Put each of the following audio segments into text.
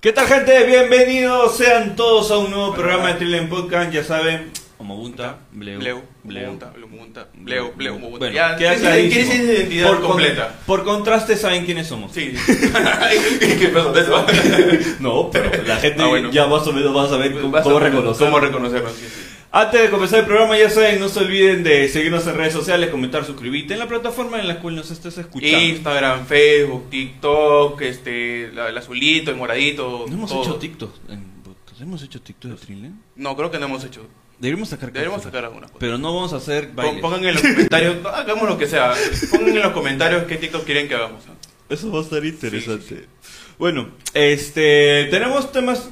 ¿Qué tal, gente? Bienvenidos sean todos a un nuevo programa de Trillen Podcast. Ya saben, Omogunta, Bleu, Bleu, Bleu. Mugunta, Bleu, Mugunta, Bleu, Bleu, Mugunta. Bueno, Ya, queda ¿qué- clarísimo. qué es esa identidad con- completa? por contraste, saben quiénes somos. Sí. ¿Qué pasa? ¿Dónde se va? No, pero la gente Ah, bueno. ya más o menos va a saber cómo, Vas a- cómo reconocer. ¿Cómo reconocerlo? Sí, sí. Antes de comenzar el programa, ya saben, no se olviden de seguirnos en redes sociales, comentar, suscribirte en la plataforma en la cual nos estés escuchando. Instagram, Facebook, TikTok, este, la- el azulito, el moradito. ¿No hemos todo. hecho TikTok? en podcast? ¿Hemos hecho TikTok de Trillen? No, creo que no hemos hecho. Deberíamos sacar Deberíamos cosas. sacar algunas cosas. Pero no vamos a hacer Pon- bailes. Pongan en los comentarios, hagamos lo que sea. Pongan en los comentarios qué TikTok quieren que hagamos. ¿no? Eso va a estar interesante. Sí, Bueno, este, tenemos temas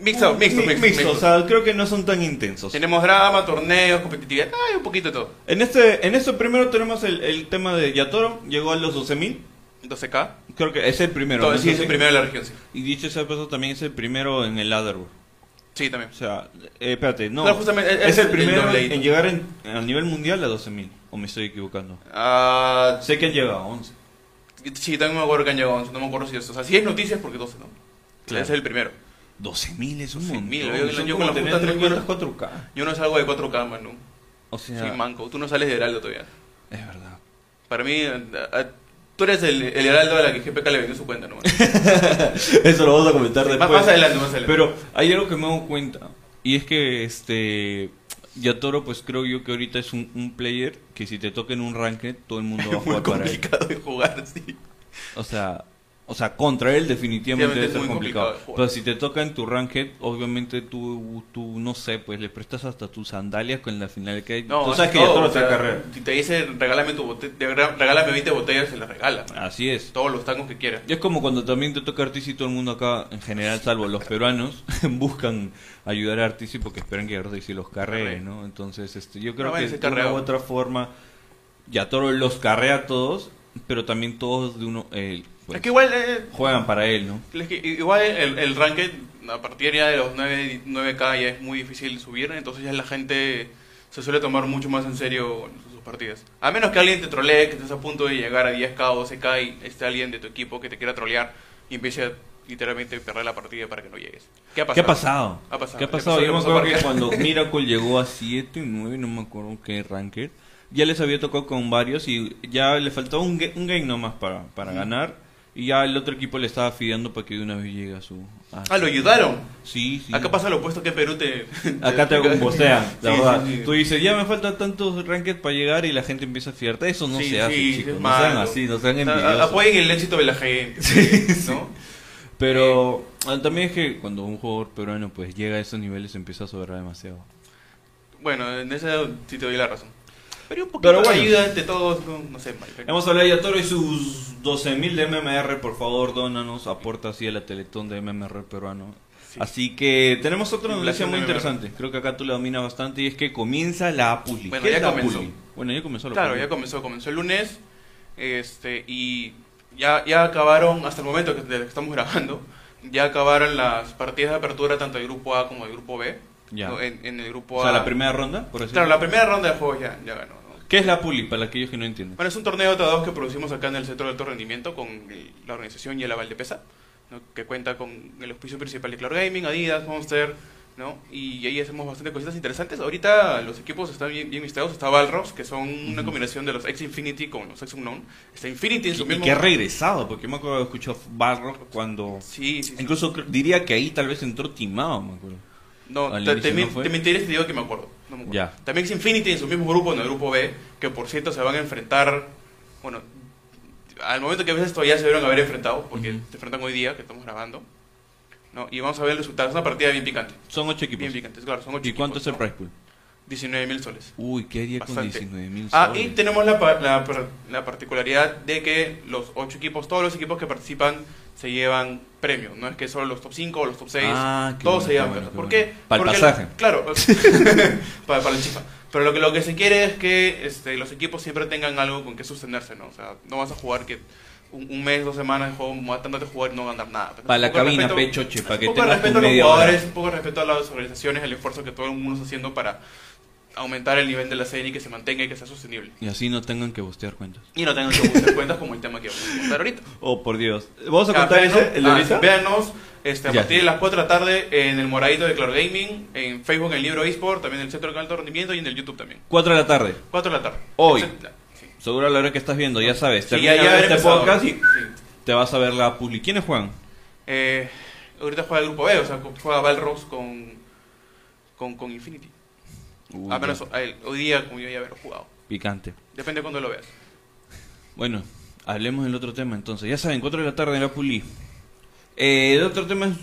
Mixto, mixto, Uh, mi- mixto. mixtos, mixto. o sea, creo que no son tan intensos. Tenemos drama, torneos, competitividad, ay, un poquito de todo. En este, en este primero tenemos el, el tema de Yatoro, llegó a los 12.000, 12K. creo que es el primero. Todo, ¿no? sí, es el 12.000. primero de la región, sí. Y dicho sea de paso, también es el primero en el Otherworld. Sí, también. O sea, eh, espérate, no, No, justamente, es, es- es el el primero doble. en llegar en, a nivel mundial a 12.000, o me estoy equivocando. Ah, Sé que han llegado a 11. sí, también me acuerdo que han llegado 11, no me acuerdo si es, o sea, si es noticias porque 12, ¿no? Claro. Ese es el primero. 12.000 es un 12.000, montón, yo- son yo como con la tener puta tres tengo- cuentas 4K. Yo no salgo de 4K, mano. O Soy sea, manco, tú no sales de Heraldo todavía. es verdad. Para mí, a- a- tú eres el, el Heraldo a la que GPK le vendió su cuenta, ¿no? mano? Más- Eso lo vamos a comentar más, después. adelante, más adelante. Pero hay algo que me doy cuenta. Y es que este. Yatoro, pues creo yo que ahorita es un, un player que si te toca en un ranked, todo el mundo va a es muy jugar para él. complicado de jugar, sí. O sea, o sea, contra él definitivamente Obviamente debe es ser muy complicado. complicado de jugar. Pero si te toca en tu ranked, obviamente tú, tú no sé, pues le prestas hasta tus sandalias con la final que hay. tú sabes así que todo, Yatoro o sea, te carrera. Si te dice, regálame, tu bote- de- regálame 20 botellas, se las regala, mano. Así es. Todos los tangos que quieras. Y Es como cuando también te toca Artisi y todo el mundo acá, en general, salvo los peruanos, buscan ayudar a Artisi porque esperan que Artisi los carree, ¿no? Entonces, este, yo creo No, que ese de una carreo. u otra forma, ya Toro los carrea a todos, pero también todos de uno, eh, pues, es que igual, eh, juegan para él, ¿no? Es que igual el, el ranked a partir ya de los 9, 9K ya es muy difícil subir, entonces ya la gente se suele tomar mucho más en serio sus partidas. A menos que alguien te trolee, que estés a punto de llegar a 10K o 12K y esté alguien de tu equipo que te quiera trolear y empiece a literalmente perder la partida para que no llegues. ¿Qué ha pasado? ¿Qué ha pasado? Ha pasado. ¿Qué ha Le pasado? Yo pasó- le me pasó acuerdo por que acá. cuando Miracle llegó a 7, 9, no me acuerdo qué ranker, ya les había tocado con varios y ya le faltaba un, ga- un game nomás para, para ganar. Y ya el otro equipo le estaba fideando para que de una vez llegue a su... a Ah, su- lo ayudaron. Sí, sí. Acá pasa lo opuesto que Perú te... Acá te bombostean, la Sí, sí, verdad. sí. Tú dices, ya me faltan tantos rankings para llegar y la gente empieza a fiarte. Eso no Sí, se hace, sí, chicos. es No sean malo. así, no sean O sea, a- envidiosos. Apoyen el éxito de la gente. ¿no? Pero ah, también es que cuando un jugador peruano pues llega a esos niveles empieza a sobrar demasiado. Bueno, en eso sí te doy la razón. Pero un poquito Pero bueno. de ayuda entre todos, no, no sé, mal. Hemos hablado de Toro y sus 12.000 de MMR, por favor, dónanos, aporta así a la Teletón de MMR peruano. Sí. Así que tenemos otra noticia Inflación muy de MMR. interesante, creo que acá tú la dominas bastante, y es que comienza la Apuli. Bueno, ¿Qué ya es la comenzó. Apuli? Bueno, ya comenzó la Claro, Apuli. ya comenzó, comenzó el lunes, este, y ya, ya acabaron, hasta el momento que, desde que estamos grabando, ya acabaron las partidas de apertura tanto del grupo A como del grupo B. Ya. ¿no? En, en el grupo O sea, A. la primera ronda, por así Claro, la decirlo. primera ronda de juegos ya, ya ganó. ¿no? ¿Qué es la Apuli para aquellos que no entienden? Bueno, es un torneo de A2 que producimos acá en el Centro de Alto Rendimiento con el- la organización y el Valdepesa, ¿no? que cuenta con el auspicio principal de Claro Gaming, Adidas, Monster, ¿no? Y ahí hacemos bastante cositas interesantes. Ahorita los equipos están bien, bien listados. Está Balrogs, que son una combinación de los X Infinity con los X Unknown. Está Infinity en su Y, y mismo... que ha regresado, porque yo me acuerdo que escuchó Barrock cuando... Sí, sí, sí. Incluso cre- diría que ahí tal vez entró timado, me acuerdo. No, Al te, inicio te no min- fue. te mentiré si te digo que me acuerdo. No me acuerdo. Ya. También es Infinity en su mismo grupo, en el grupo B, que por cierto se van a enfrentar. Bueno, al momento que a veces todavía se debieron haber enfrentado, porque Ujú. se enfrentan hoy día, que estamos grabando. ¿no? Y vamos a ver el resultado. Es una partida bien picante. Son ocho equipos. Bien picante, claro. Son ocho ¿Y cuánto es el equipos, prize pool? ¿no? 19.000 soles. Uy, ¿qué haría con Bastante. 19 mil Ah, y tenemos la, pa- la par- la particularidad de que los ocho equipos, todos los equipos que participan, se llevan premio. No es que solo los top 5 o los top 6, Ah, qué bueno, todos se llevan qué plata. bueno, ¿Por qué qué? bueno. Pa'l Porque- pasaje. Claro, para, para el chifa. Pero lo que, lo que se quiere es que este, los equipos siempre tengan algo con que sostenerse, ¿no? O sea, no vas a jugar que un, un mes, dos semanas, de juego, tratando de jugar y no ganar nada. Pero Para la un poco de cabina, respeto- pechoche, para un que poco de tengas tu respeto a los media hora. jugadores, un poco de respeto a las organizaciones, el esfuerzo que todo el mundo está haciendo para aumentar el nivel de la serie y que se mantenga y que sea sostenible. Y así no tengan que bustear cuentas. Y no tengan que buscar cuentas como el tema que vamos a contar ahorita. Oh, por Dios. ¿Vamos a Ah, contar véanos- ese? ¿El de ah, ahorita? véanos, este, a Ya. partir de las 4 de la tarde en el moradito de Claro Gaming, en Facebook, en el libro eSport, también en el Centro de Alto Rendimiento y en el YouTube también. 4 de la tarde. 4 de la tarde. Hoy. Etcétera. Sí. Seguro a la hora que estás viendo, ya sabes. Sí, termina ya- ya de ver habrá este empezado. podcast Sí. y te vas a ver la publi. ¿Quiénes juegan? Eh, ahorita juega el grupo B, o sea, juega Balros con, con, con Infinity. Uy, Ah, pero eso, ya, a él, hoy día, como yo ya haber jugado. Picante. Depende de cuando lo veas. Bueno, hablemos del otro tema entonces. Ya saben, 4 de la tarde en la Puli. Eh, el otro tema es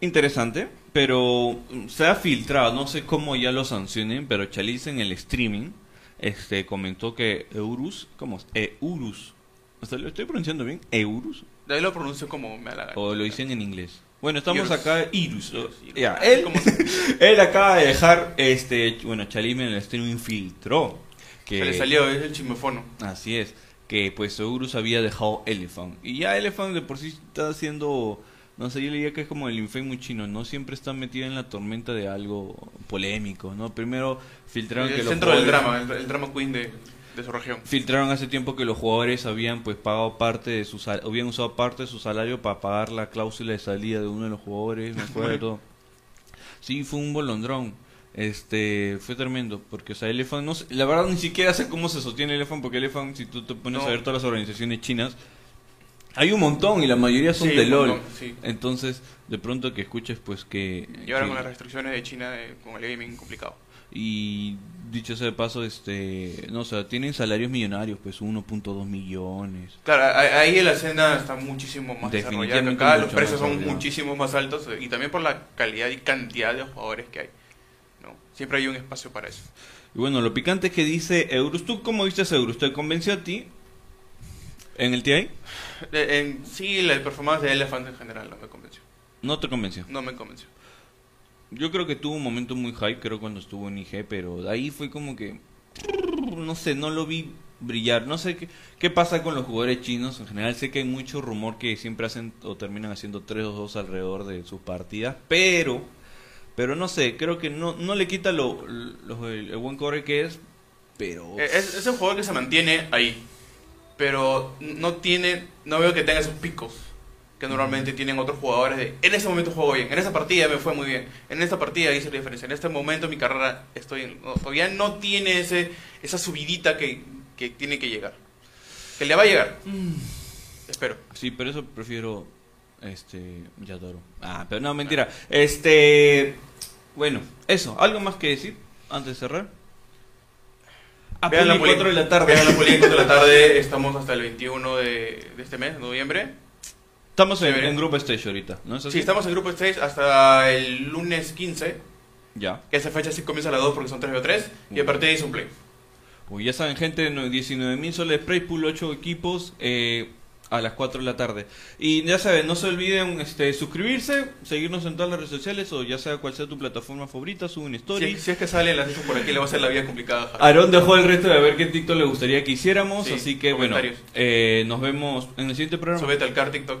interesante, pero mm, se ha filtrado, no sé cómo ya lo sancionen, pero Chalice en el streaming este, comentó que Eurus, ¿cómo es? Eurus, o sea, ¿lo estoy pronunciando bien? Eurus, De ahí lo pronuncio como me halaga. o lo dicen en inglés. Bueno, estamos Eurus. acá, Irus. o- Irus, Irus. ya, él, ¿Cóce? él acaba de dejar, este, bueno, Chalice en el streaming filtró. Que Se le salió, es el chimefono. Así es, que pues Eurus había dejado Elephant. Y ya Elephant de por sí está haciendo, no sé, yo le diría que es como el infame chino, ¿no? Siempre está metido en la tormenta de algo polémico, ¿no? Primero filtraron El que los centro del jugadores- drama, el, el drama queen de, de su región. Filtraron hace tiempo que los jugadores habían pues pagado parte de su sal- habían usado parte de su salario para pagar la cláusula de salida de uno de los jugadores, me acuerdo. sí, fue un bolondrón. Este, fue tremendo, porque o sea, Elephant no sé- la verdad ni siquiera sé cómo se sostiene Elephant porque Elephant si tú te pones No. a ver todas las organizaciones chinas hay un montón y la mayoría son Sí, de un LOL. montón, sí. Entonces, de pronto que escuches pues que Y ahora que- con las restricciones de China, eh, con el gaming complicado. y dicho sea de paso, este, no, o sea, tienen salarios millonarios, pues 1.2 millones. Claro, a- ahí en la escena está muchísimo más desarrollada que Definitivamente acá, los mucho más precios son desarrollado. muchísimo más altos eh, y también por la calidad y cantidad de jugadores que hay. ¿no? Siempre hay un espacio para eso. Y bueno, lo picante es que dice Eurus, ¿tú cómo viste a Eurus? ¿Te convenció a ti en el TI? De- en sí, la performance de Elephant en general no me convenció. No te convenció. No me convenció. Yo creo que tuvo un momento muy hype, creo cuando estuvo en IG, pero de ahí fue como que, no sé, no lo vi brillar. No sé qué, qué pasa con los jugadores chinos en general. Sé que hay mucho rumor que siempre hacen o terminan haciendo 3-2 alrededor de sus partidas, pero, pero no sé, creo que no, no le quita lo, lo- el, el buen core que es, pero... Eh, Es, es un jugador que se mantiene ahí, pero no tiene, no veo que tenga esos picos que normalmente tienen otros jugadores de, en ese momento juego bien, en esa partida me fue muy bien, en esta partida hice la diferencia, en este momento mi carrera estoy en- no, todavía no tiene ese, esa subidita que, que tiene que llegar, que le va a llegar, Mm. espero. Sí, pero eso prefiero este Yadoro. Ah, pero no, mentira. Este bueno, eso, algo más que decir antes de cerrar. Ah, A Vean la Puli, Poli- 4 de la tarde. vean la Poli, 4 de la tarde, estamos hasta el 21 de, de este mes, de noviembre. Estamos en, Chévere. en grupo stage ahorita, ¿no es así? Sí, estamos en grupo stage hasta el lunes 15. Ya. Que esa fecha sí comienza a las 2 porque son 3 o 3. Y Ujú. a partir de ahí es un play. Uy, ya saben, gente, no- 19 mil soles Play Pool, 8 equipos eh, a las 4 de la tarde. Y ya saben, no se olviden este, suscribirse, seguirnos en todas las redes sociales o ya sea cual sea tu plataforma favorita, sube una Si, story. es- si es que sale las 8 por aquí, le va a hacer la vida complicada. a Javi. Aarón dejó el resto de ver qué TikTok le gustaría que hiciéramos, Sí, así que bueno, comentarios. eh, nos vemos en el siguiente programa. Súbete al car TikTok.